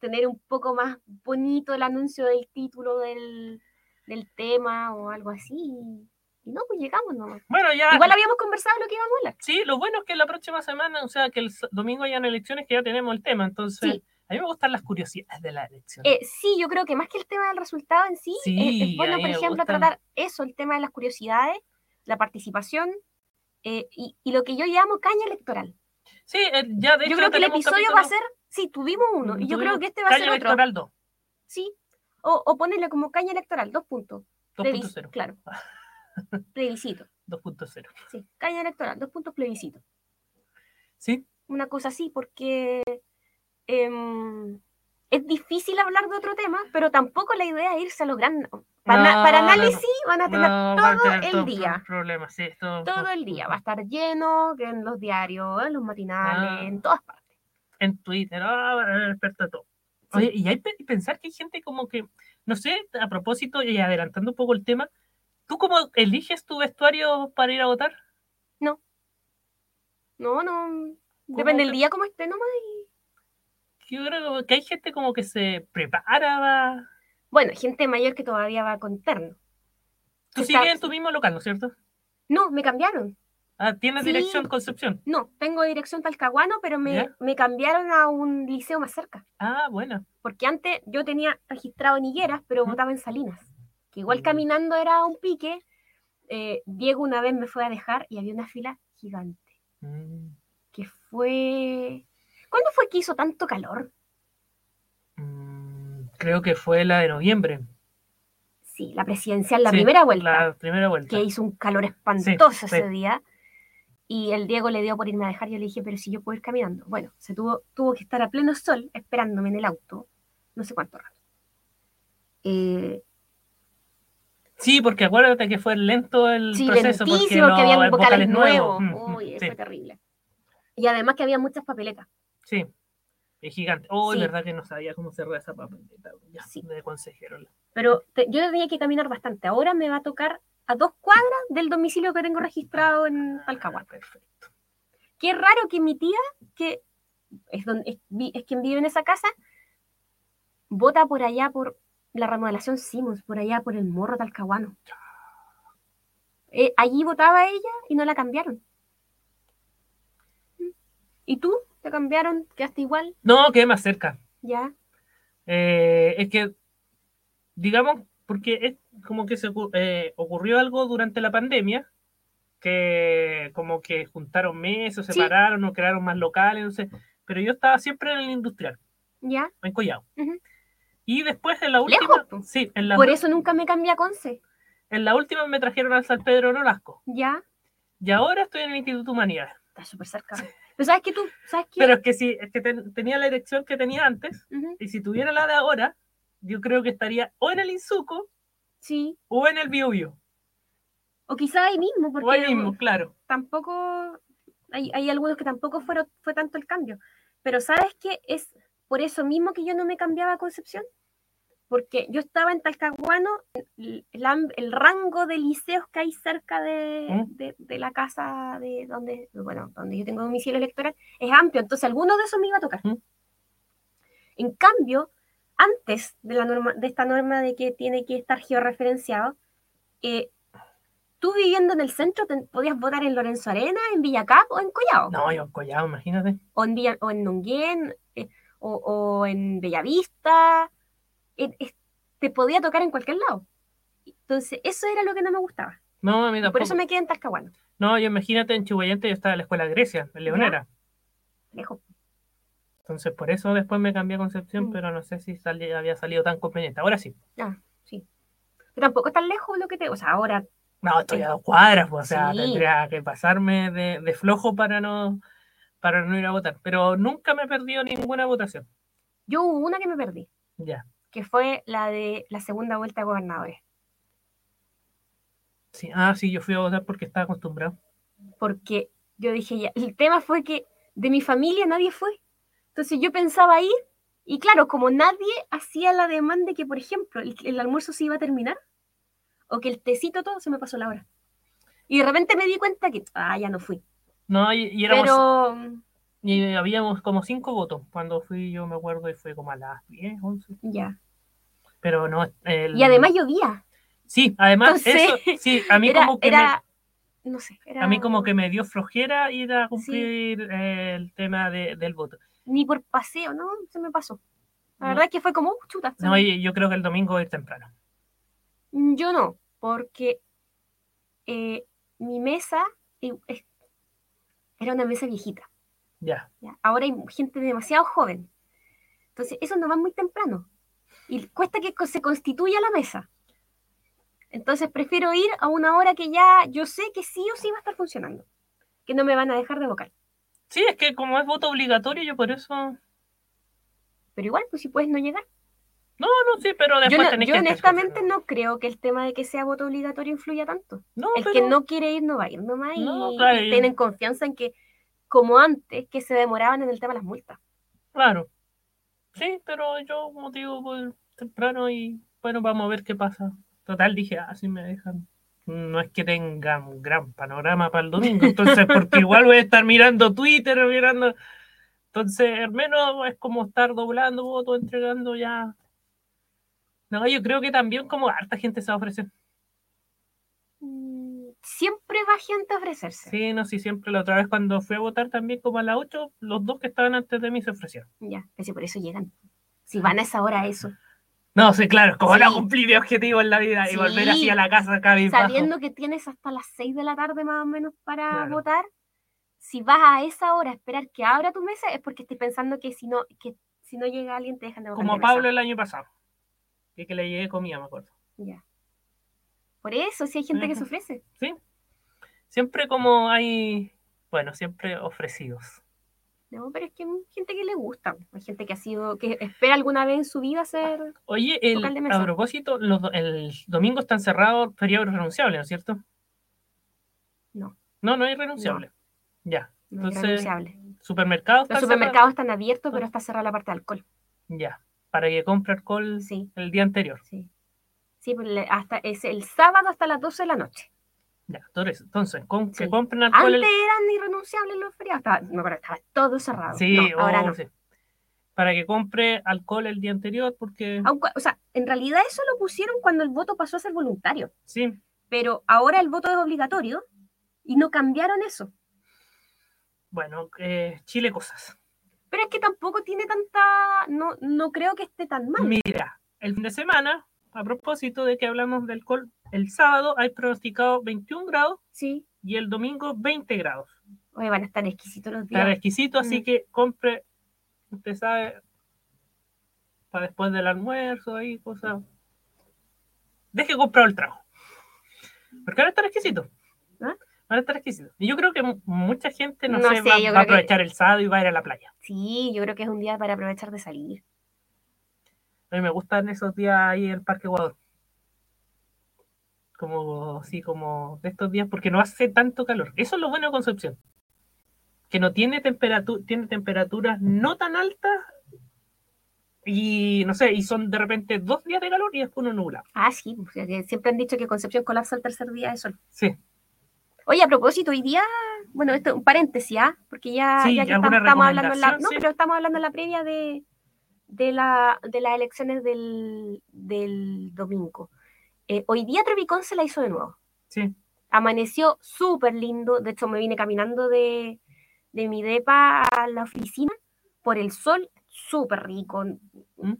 C: tener un poco más bonito el anuncio del título del, del tema o algo así. Y no, pues llegamos nomás.
B: Bueno, ya.
C: Igual habíamos conversado lo que íbamos a hablar.
B: Sí, lo bueno es que la próxima semana, o sea, que el s- domingo hayan elecciones, que ya tenemos el tema. Entonces,
C: Sí.
B: a mí me gustan las curiosidades de la elección.
C: Eh, sí, yo creo que más que el tema del resultado en sí,
B: Sí,
C: es, es
B: a
C: bueno,
B: mí
C: por
B: me
C: ejemplo,
B: gustan.
C: tratar eso, el tema de las curiosidades, la participación eh, y, y lo que yo llamo caña electoral.
B: sí, eh, ya de
C: Yo
B: hecho
C: creo que el
B: tenemos un
C: episodio
B: capítulo-
C: va a ser, sí, tuvimos uno, y yo creo
B: tuvimos
C: que este va a
B: Calle
C: ser otro.
B: Electoral 2,
C: Sí, o, o ponerle como caña electoral, dos puntos. Plebis-
B: 2.0.
C: Claro. plebiscito.
B: 2.0.
C: Sí, caña electoral, dos puntos plebiscito.
B: Sí,
C: Una cosa así, porque em, es difícil hablar de otro tema, pero tampoco la idea es irse a los grandes. Para, para
B: no, no.
C: análisis van a tener
B: No, van a
C: todo
B: tener
C: el
B: todo
C: día.
B: pro- problema, sí, es todo-
C: Todo el día. Va a estar lleno en los diarios, en los matinales,
B: Ah.
C: en todas partes.
B: en Twitter, ah, van a ver experto de todo.
C: Sí.
B: Oye, y hay pe- y pensar que hay gente como que, no sé, a propósito y adelantando un poco el tema, ¿tú cómo eliges tu vestuario para ir a votar?
C: No, no. Depende del
B: te-
C: día como esté nomás.
B: Yo creo que hay gente como que se prepara, va-
C: Bueno, gente mayor que todavía va con terno.
B: Tú
C: Está-
B: sigues en tu mismo local, ¿no es cierto?
C: No, me cambiaron.
B: Ah, tienes
C: Sí.
B: dirección Concepción.
C: No, tengo dirección Talcahuano, pero me,
B: ¿Ya?
C: me cambiaron a un liceo más cerca.
B: Ah, bueno.
C: Porque antes yo tenía registrado en Higueras, pero
B: ¿Mm?
C: votaba en Salinas. Que igual
B: Mm.
C: caminando era un pique. Eh, Diego una vez me fue a dejar y había una fila gigante.
B: Mm,
C: Que fue. ¿Cuándo fue que hizo tanto calor?
B: mm, creo que fue la de noviembre.
C: Sí, la presidencial, la
B: Sí,
C: primera vuelta.
B: La primera vuelta.
C: Que hizo un calor espantoso
B: fue.
C: ese día. Y el Diego le dio por irme a dejar. Yo le dije, pero si yo puedo ir caminando. Bueno, se tuvo, tuvo que estar a pleno sol esperándome en el auto. No sé cuánto rato. Eh,
B: Sí, porque acuérdate que fue lento el
C: Sí,
B: proceso. porque
C: lentísimo,
B: no,
C: que habían
B: hay
C: vocales, nuevos.
B: Mm,
C: Uy,
B: mm,
C: fue terrible. Y además que había muchas papeletas.
B: sí, sí, es gigante. Oh, es
C: Sí.
B: verdad que no sabía cómo cerrar esa papeleta. Ya,
C: Sí.
B: me aconsejaron.
C: Pero te- yo tenía que caminar bastante. Ahora me va a tocar a dos cuadras del domicilio que tengo registrado en Talcahuano.
B: Ah, Perfecto.
C: Qué raro que mi tía, que es, don- es, vi- es quien vive en esa casa, vota por allá por la remodelación Simons, por allá por el morro Talcahuano. Eh, allí votaba ella y no la cambiaron. ¿Y tú? ¿Te cambiaron? ¿Quedaste igual?
B: No, quedé más cerca.
C: ¿Ya?
B: Eh, es que, digamos, porque es como que se ocu- eh, ocurrió algo durante la pandemia que como que juntaron meses,
C: Sí.
B: separaron o crearon más locales, no sé. Pero yo estaba siempre en el industrial,
C: ¿Ya?
B: en Collao.
C: Ujú.
B: Y después en la
C: Lejos,
B: última,
C: po.
B: sí, en la,
C: Por eso nunca me cambié a Conce.
B: en la última me trajeron al San Pedro Nolasco.
C: Ya,
B: Y ahora estoy en el Instituto Humanidades.
C: está súper cerca. Pero sabes que tú, sabes que.
B: Pero es que sí, es que ten- tenía la elección que tenía antes,
C: Ujú,
B: y si tuviera la de ahora, yo creo que estaría o en el Insuco
C: Sí.
B: o en el Biobío.
C: O quizá ahí mismo, porque
B: O ahí mismo, claro.
C: tampoco. Hay, hay algunos que tampoco fueron, fue tanto el cambio. Pero sabes que es por eso mismo que yo no me cambiaba a Concepción. Porque yo estaba en Talcahuano, el, el am- el rango de liceos que hay cerca de,
B: ¿Mm?
C: de- de la casa de donde, bueno, donde yo tengo domicilio electoral, es amplio, entonces alguno de esos me iba a tocar.
B: ¿Mm?
C: En cambio, antes de, la norma, de esta norma de que tiene que estar georreferenciado, eh, tú viviendo en el centro te- podías votar en Lorenzo Arena, en Villacap o en Collao,
B: No, yo en Collado, imagínate.
C: o en, Villa- o en Nonguén, eh, o, o en Bellavista. En- es- te podía tocar en cualquier lado. Entonces, eso era lo que no me gustaba.
B: No, a mí
C: Y por
B: tampoco.
C: eso me quedé en Talcahuano,
B: No, yo imagínate en Chihuayante, yo estaba en la escuela Grecia, en Leonera.
C: lejos.
B: Entonces, por eso después me cambié a Concepción,
C: Mm.
B: pero no sé si salí- había salido tan conveniente. Ahora sí.
C: Pero tampoco es tan lejos lo que te. O sea, ahora
B: No, estoy a dos cuadras, pues, o sea,
C: Sí.
B: tendría que pasarme de, de flojo para no, para no ir a votar. Pero nunca me he perdido ninguna votación.
C: yo hubo una que me perdí,
B: Ya.
C: que fue la de la segunda vuelta de gobernadores.
B: Sí. Ah, sí, yo fui a votar porque estaba acostumbrado.
C: porque yo dije ya, el tema fue que de mi familia nadie fue. Entonces yo pensaba ir y claro, como nadie hacía la demanda de que, por ejemplo, el, el almuerzo se iba a terminar o que el tecito todo se me pasó la hora. Y de repente me di cuenta que, ah, ya no fui.
B: No, y, y éramos
C: Pero
B: Y habíamos como cinco votos cuando fui, yo me acuerdo, y fue como a las 10, 11.
C: ya.
B: Pero no. el-
C: Y además llovía.
B: Sí, además,
C: Entonces,
B: eso. Sí, a mí,
C: Era,
B: como que
C: era- no sé,
B: me,
C: era
B: a mí como que me dio flojera ir a cumplir eh, el tema de- del voto.
C: ni por paseo, ¿no? Se me pasó. La
B: No.
C: verdad es que fue como, "Uh, chuta. se
B: No,
C: me-
B: y yo creo que el domingo ir temprano.
C: Mm, Yo no, porque eh, mi mesa eh, es- era una mesa viejita.
B: Ya.
C: ¿ya? Ahora hay gente demasiado joven. Entonces, eso no va muy temprano. Y cuesta que co- se constituya la mesa. Entonces, prefiero ir a una hora que ya yo sé que sí o sí va a estar funcionando. Que no me van a dejar de vocal.
B: Sí, es que como es voto obligatorio, yo por eso.
C: Pero igual, pues si puedes no llegar.
B: No, no, sí, pero
C: Yo,
B: después
C: no-
B: tenés
C: yo
B: que
C: honestamente no creo que el tema de que sea voto obligatorio influya tanto.
B: No,
C: el
B: pero-
C: que no quiere ir no va a ir nomás y
B: No, claro, y-
C: tienen confianza en que, como antes, que se demoraban en el tema de las multas.
B: Claro. Sí, pero yo, como te digo, voy temprano y bueno, vamos a ver qué pasa. Total, dije, ah, si me dejan. No es que tengan un gran panorama para el domingo, entonces, porque igual voy a estar mirando Twitter, mirando. Entonces, al menos es como estar doblando votos, entregando ya. No, yo creo que también como harta gente se va a ofrecer.
C: Mm, Siempre va gente a ofrecerse.
B: Sí, no, sí, siempre la otra vez cuando fui a votar también, como a las 8, los dos que estaban antes de mí se ofrecieron.
C: Ya, que si por eso llegan. Si van a esa hora a eso.
B: No, sí, claro, es como
C: Sí.
B: no cumplir mi objetivo en la vida
C: Sí.
B: y volver así a la casa cabizbajo.
C: Sabiendo que tienes hasta las 6 de la tarde más o menos para
B: Claro.
C: votar, si vas a esa hora a esperar que abra tu mesa es porque estés pensando que si no, que si no llega alguien te dejan de
B: Como a Pablo el año pasado. Y que le llegué comida, me acuerdo.
C: Ya. Por eso, si hay gente que se
B: Ujú.
C: ofrece.
B: Siempre como hay, bueno, siempre ofrecidos.
C: No, pero es que hay gente que le gusta. Hay gente que ha sido, que espera alguna vez en su vida ser.
B: Oye, el-
C: Local de mesa.
B: a propósito, los, do- el domingo están cerrados periodos renunciables, ¿no es cierto?
C: No.
B: No, no hay renunciable. Ya.
C: No es
B: Entonces, Ah.
C: renunciable.
B: supermercados
C: Los
B: están
C: supermercados están abiertos, pero está cerrada la parte de alcohol.
B: cerrados. Ya. Para que compre alcohol
C: Sí,
B: el día anterior.
C: sí. Sí, pues, le- hasta es el sábado hasta las 12 de la noche.
B: Ya. Entonces, entonces con, que
C: Sí.
B: compren alcohol
C: Antes
B: el
C: eran irrenunciables los feriados. Estaba, me acuerdo, estaba todo cerrado.
B: Sí,
C: No, ahora
B: o-
C: no.
B: sí. Para que compre alcohol el día anterior, porque
C: Aunque- o sea, en realidad eso lo pusieron cuando el voto pasó a ser voluntario.
B: sí,
C: Pero ahora el voto es obligatorio y no cambiaron eso.
B: bueno, eh, chile cosas.
C: Pero es que tampoco tiene tanta. No, no creo que esté tan
B: Mm.
C: mal.
B: Mira, el fin de semana, a propósito de que hablamos de alcohol, el sábado hay pronosticado 21 grados
C: Sí.
B: y el domingo 20 grados.
C: Oye, van a estar exquisitos los días.
B: Está exquisito, así
C: Mm.
B: que compre, usted sabe, para después del almuerzo y cosas. Deje comprado el trago. Porque van a estar exquisitos.
C: ¿Ah?
B: Van a estar exquisitos. Y yo creo que mu- mucha gente, no,
C: No
B: sé,
C: sé,
B: va,
C: yo
B: va
C: creo
B: a
C: que-
B: aprovechar el sábado y va a ir a la playa.
C: Sí, yo creo que es un día para aprovechar de salir.
B: A mí me gustan esos días ahí en el Parque Ecuador. Como, sí, como de estos días, porque no hace tanto calor. Eso es lo bueno de Concepción. Que no tiene temperatura, tiene temperaturas no tan altas. Y no sé, y son de repente dos días de calor y después uno nubla.
C: Ah, sí. o sea, que Siempre han dicho que Concepción colapsa el tercer día de sol.
B: Sí,
C: Oye, a propósito, hoy día, bueno, esto es un paréntesis, ¿ah? Porque ya,
B: Sí,
C: ya que
B: ¿alguna
C: estamos, estamos hablando en la, no,
B: recomendación? Sí.
C: pero estamos hablando en la previa de, de, la, de las elecciones del, del domingo. Eh, hoy día Tropicón se la hizo de nuevo.
B: sí.
C: Amaneció súper lindo. De hecho, me vine caminando de, de mi depa a la oficina por el sol, súper rico.
B: ¿Mm?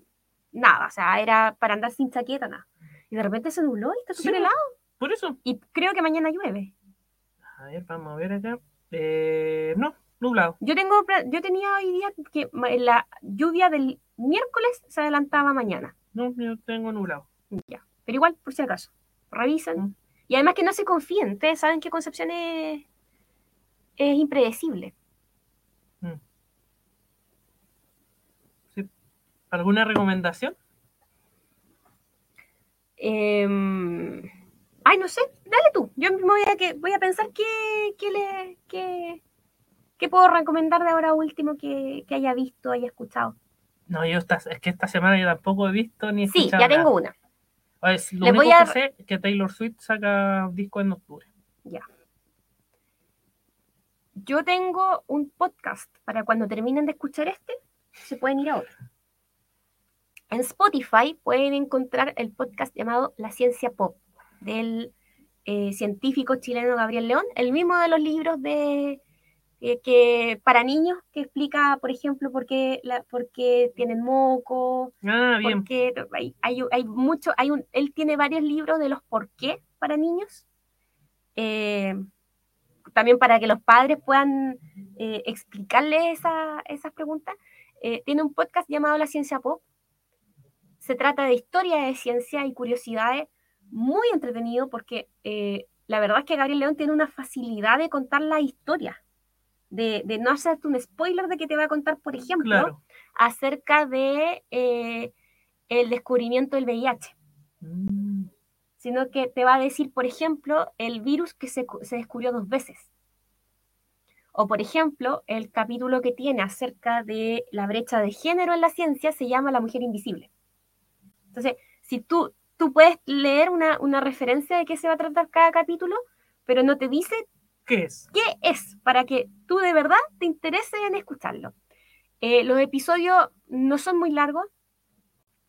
C: Nada, o sea, era para andar sin chaqueta, nada. Y de repente se nubló y está
B: Sí,
C: súper
B: pues.
C: helado.
B: Por eso.
C: Y creo que mañana llueve.
B: A ver, vamos a ver acá. Eh, no, nublado.
C: Yo tengo, pre- yo tenía hoy día que ma- la lluvia del miércoles se adelantaba mañana,
B: No, yo tengo nublado.
C: pero igual por si acaso, revisan.
B: Mm.
C: Y además que no se confíen, ustedes saben que Concepción es, es impredecible.
B: ¿Alguna recomendación?
C: Em, ay, no sé, dale tú. Yo me voy a, que, voy a pensar qué, qué, le, qué, qué puedo recomendar de ahora último que, que haya visto, haya escuchado.
B: No, yo esta, es que esta semana yo tampoco he visto ni
C: Sí,
B: escuchado
C: ya
B: nada.
C: tengo una.
B: Oye, Ah, es lo
C: Les
B: único
C: voy a-
B: que sé es que Taylor Swift saca disco en octubre.
C: Yo tengo un podcast para cuando terminen de escuchar este, se pueden ir a otro. En Spotify pueden encontrar el podcast llamado La Ciencia Pop, del eh, científico chileno Gabriel León, el mismo de los libros de eh, que para niños que explica, por ejemplo, por qué, la, por qué tienen moco,
B: Ah, bien.
C: porque hay, hay, hay mucho, hay un, él tiene varios libros de los por qué para niños, eh, también para que los padres puedan eh, explicarles esa- esas preguntas. Eh, tiene un podcast llamado La Ciencia Pop. Se trata de historia de ciencia y curiosidades, muy entretenido porque eh, la verdad es que Gabriel León tiene una facilidad de contar las historias de, de no hacerte un spoiler de que te va a contar, por ejemplo,
B: Claro.
C: acerca de eh, el descubrimiento del VIH,
B: Mm,
C: sino que te va a decir, por ejemplo, el virus que se, cu- se descubrió dos veces. O, por ejemplo, el capítulo que tiene acerca de la brecha de género en la ciencia se llama La mujer invisible. Entonces, si tú, tú puedes leer una, una referencia de qué se va a tratar cada capítulo, pero no te dice
B: ¿Qué es?
C: qué es para que tú de verdad te interese en escucharlo. Eh, los episodios no son muy largos,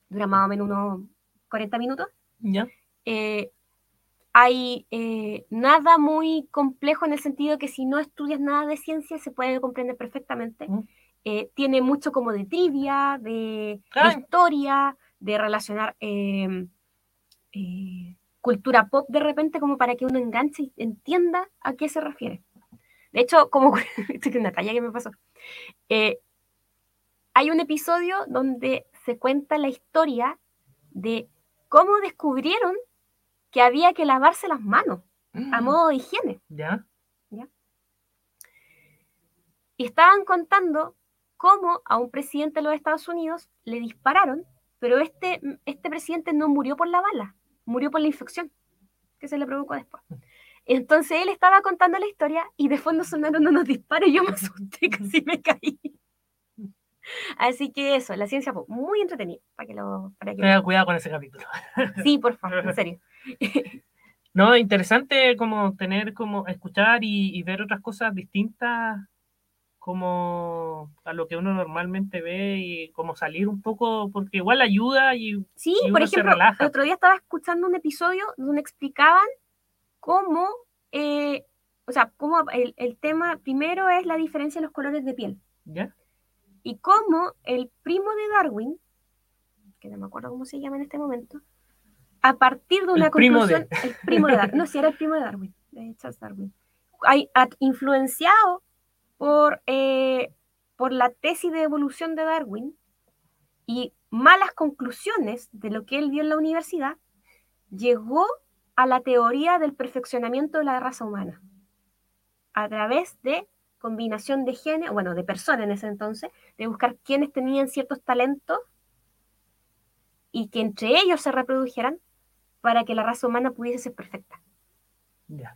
C: duran más o menos unos 40 minutos.
B: ¿Ya?
C: Eh, hay eh, nada muy complejo en el sentido que si no estudias nada de ciencia se puede comprender perfectamente.
B: Mm.
C: Eh, tiene mucho como de trivia, de, de
B: Ah.
C: historia, de relacionar eh, eh, cultura pop de repente como para que uno enganche y entienda a qué se refiere. De hecho, como esto es una talla que me pasó. Eh, hay un episodio donde se cuenta la historia de cómo descubrieron que había que lavarse las manos a modo de higiene.
B: ¿Ya?
C: Y estaban contando cómo a un presidente de los Estados Unidos le dispararon, pero este, este presidente no murió por la bala, murió por la infección que se le provocó después. Entonces él estaba contando la historia y de fondo sonaron unos disparos y yo me asusté, casi me caí. Así que eso, la ciencia pop, muy entretenida. Para que lo, para que lo-
B: Tenga cuidado con ese capítulo.
C: Sí, por favor, en serio.
B: No, interesante como tener, como escuchar y, y ver otras cosas distintas como a lo que uno normalmente ve y como salir un poco, porque igual ayuda y
C: Sí,
B: Y
C: por
B: uno se
C: ejemplo,
B: relaja.
C: el otro día estaba escuchando un episodio donde explicaban cómo, eh, o sea, cómo el, el tema primero es la diferencia en los colores de piel
B: ya,
C: y cómo el primo de Darwin, que no me acuerdo cómo se llama en este momento, a partir de una
B: primo de.
C: conclusión, el primo de Darwin, no, si era el primo de Darwin, de Charles Darwin, hay, a- influenciado por, eh, por la tesis de evolución de Darwin y malas conclusiones de lo que él vio en la universidad, llegó a la teoría del perfeccionamiento de la raza humana a través de combinación de genes, bueno, de personas en ese entonces, de buscar quienes tenían ciertos talentos y que entre ellos se reprodujeran para que la raza humana pudiese ser perfecta.
B: ya.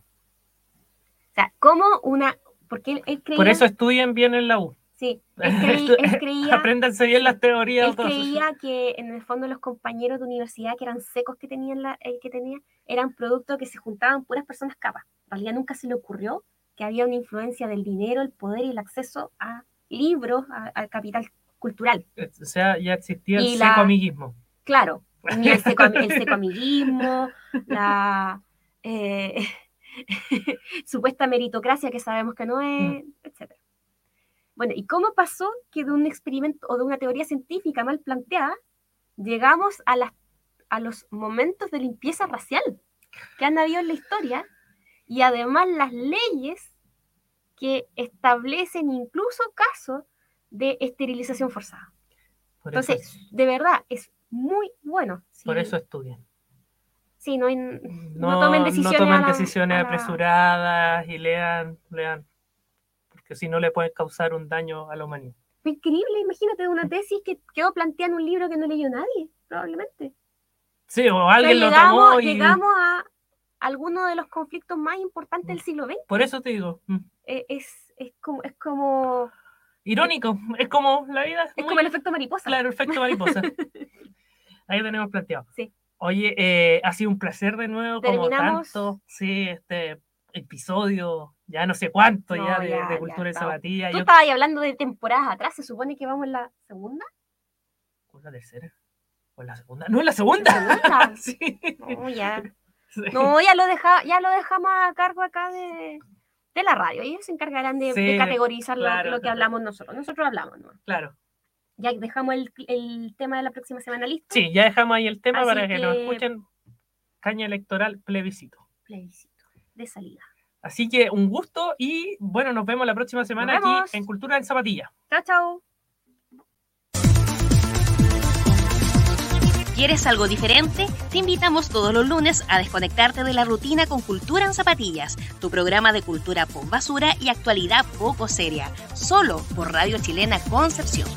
C: O sea, como una... Porque él, él creía...
B: Por eso estudien bien en la U.
C: sí, él, creí- él creía,
B: Apréndanse bien las teorías.
C: él
B: todas.
C: creía que en el fondo los compañeros de universidad que eran secos que tenían la, el que tenía, eran producto que se juntaban puras personas capas. En realidad nunca se le ocurrió que había una influencia del dinero, el poder y el acceso a libros, a- al capital cultural.
B: O sea, ya existía el
C: Y la-
B: psicoamiguismo.
C: Claro, ni el, seco, el secoamiguismo, la eh, supuesta meritocracia que sabemos que no es, etc. Bueno, ¿y cómo pasó que de un experimento o de una teoría científica mal planteada llegamos a, las, a los momentos de limpieza racial que han habido en la historia y además las leyes que establecen incluso casos de esterilización forzada?
B: Por, eso,
C: Entonces, de verdad, es muy bueno. Sí,
B: por eso estudien.
C: Sí, no hay-
B: No,
C: no tomen
B: no
C: decisiones,
B: tomen
C: a la-
B: decisiones
C: a la-
B: apresuradas y lean, lean. Porque si no le pueden causar un daño a la humanidad.
C: Increíble, imagínate una tesis que quedó planteada en un libro que no leyó nadie, probablemente.
B: Sí, o
C: O sea,
B: alguien lo
C: llegamos,
B: tomó y.
C: llegamos a alguno de los conflictos más importantes del siglo XX.
B: Por eso te digo. mm,
C: Eh, Es, es como, es como,
B: Irónico. Es como la vida.
C: es
B: muy-
C: como el efecto mariposa.
B: Claro, efecto mariposa. Ahí tenemos planteado.
C: Sí.
B: Oye, eh, ha sido un placer de nuevo, como
C: Terminamos.
B: tanto, sí, este episodio, ya no sé cuánto,
C: No,
B: ya de,
C: ya,
B: de
C: ya
B: Cultura y
C: estamos.
B: Zapatilla,
C: Tú
B: yo
C: estabas ahí hablando de temporadas atrás, se supone que vamos en la segunda.
B: ¿O la tercera? ¿O la segunda? ¡No, es la segunda!
C: ¿La segunda?
B: Sí.
C: No, ya.
B: Ah, Sí.
C: No, ya lo, deja, ya lo dejamos a cargo acá de, de la radio. Ellos se encargarán de,
B: Sí,
C: de
B: de-
C: categorizar lo-
B: claro,
C: lo, que
B: claro.
C: hablamos nosotros. Nosotros hablamos, ¿no?
B: Claro.
C: Ya dejamos el, el tema de la próxima semana listo.
B: Sí, ya dejamos ahí el tema
C: Así
B: para que, nos
C: que-
B: escuchen. Caña electoral, plebiscito.
C: Plebiscito de salida.
B: Así que un gusto y bueno, nos vemos la próxima semana
C: vemos.
B: aquí en Cultura en Zapatilla.
C: Chao, chao.
A: ¿Quieres algo diferente? Te invitamos todos los lunes a desconectarte de la rutina con Cultura en Zapatillas, tu programa de cultura pop basura y actualidad poco seria, solo por Radio Chilena Concepción.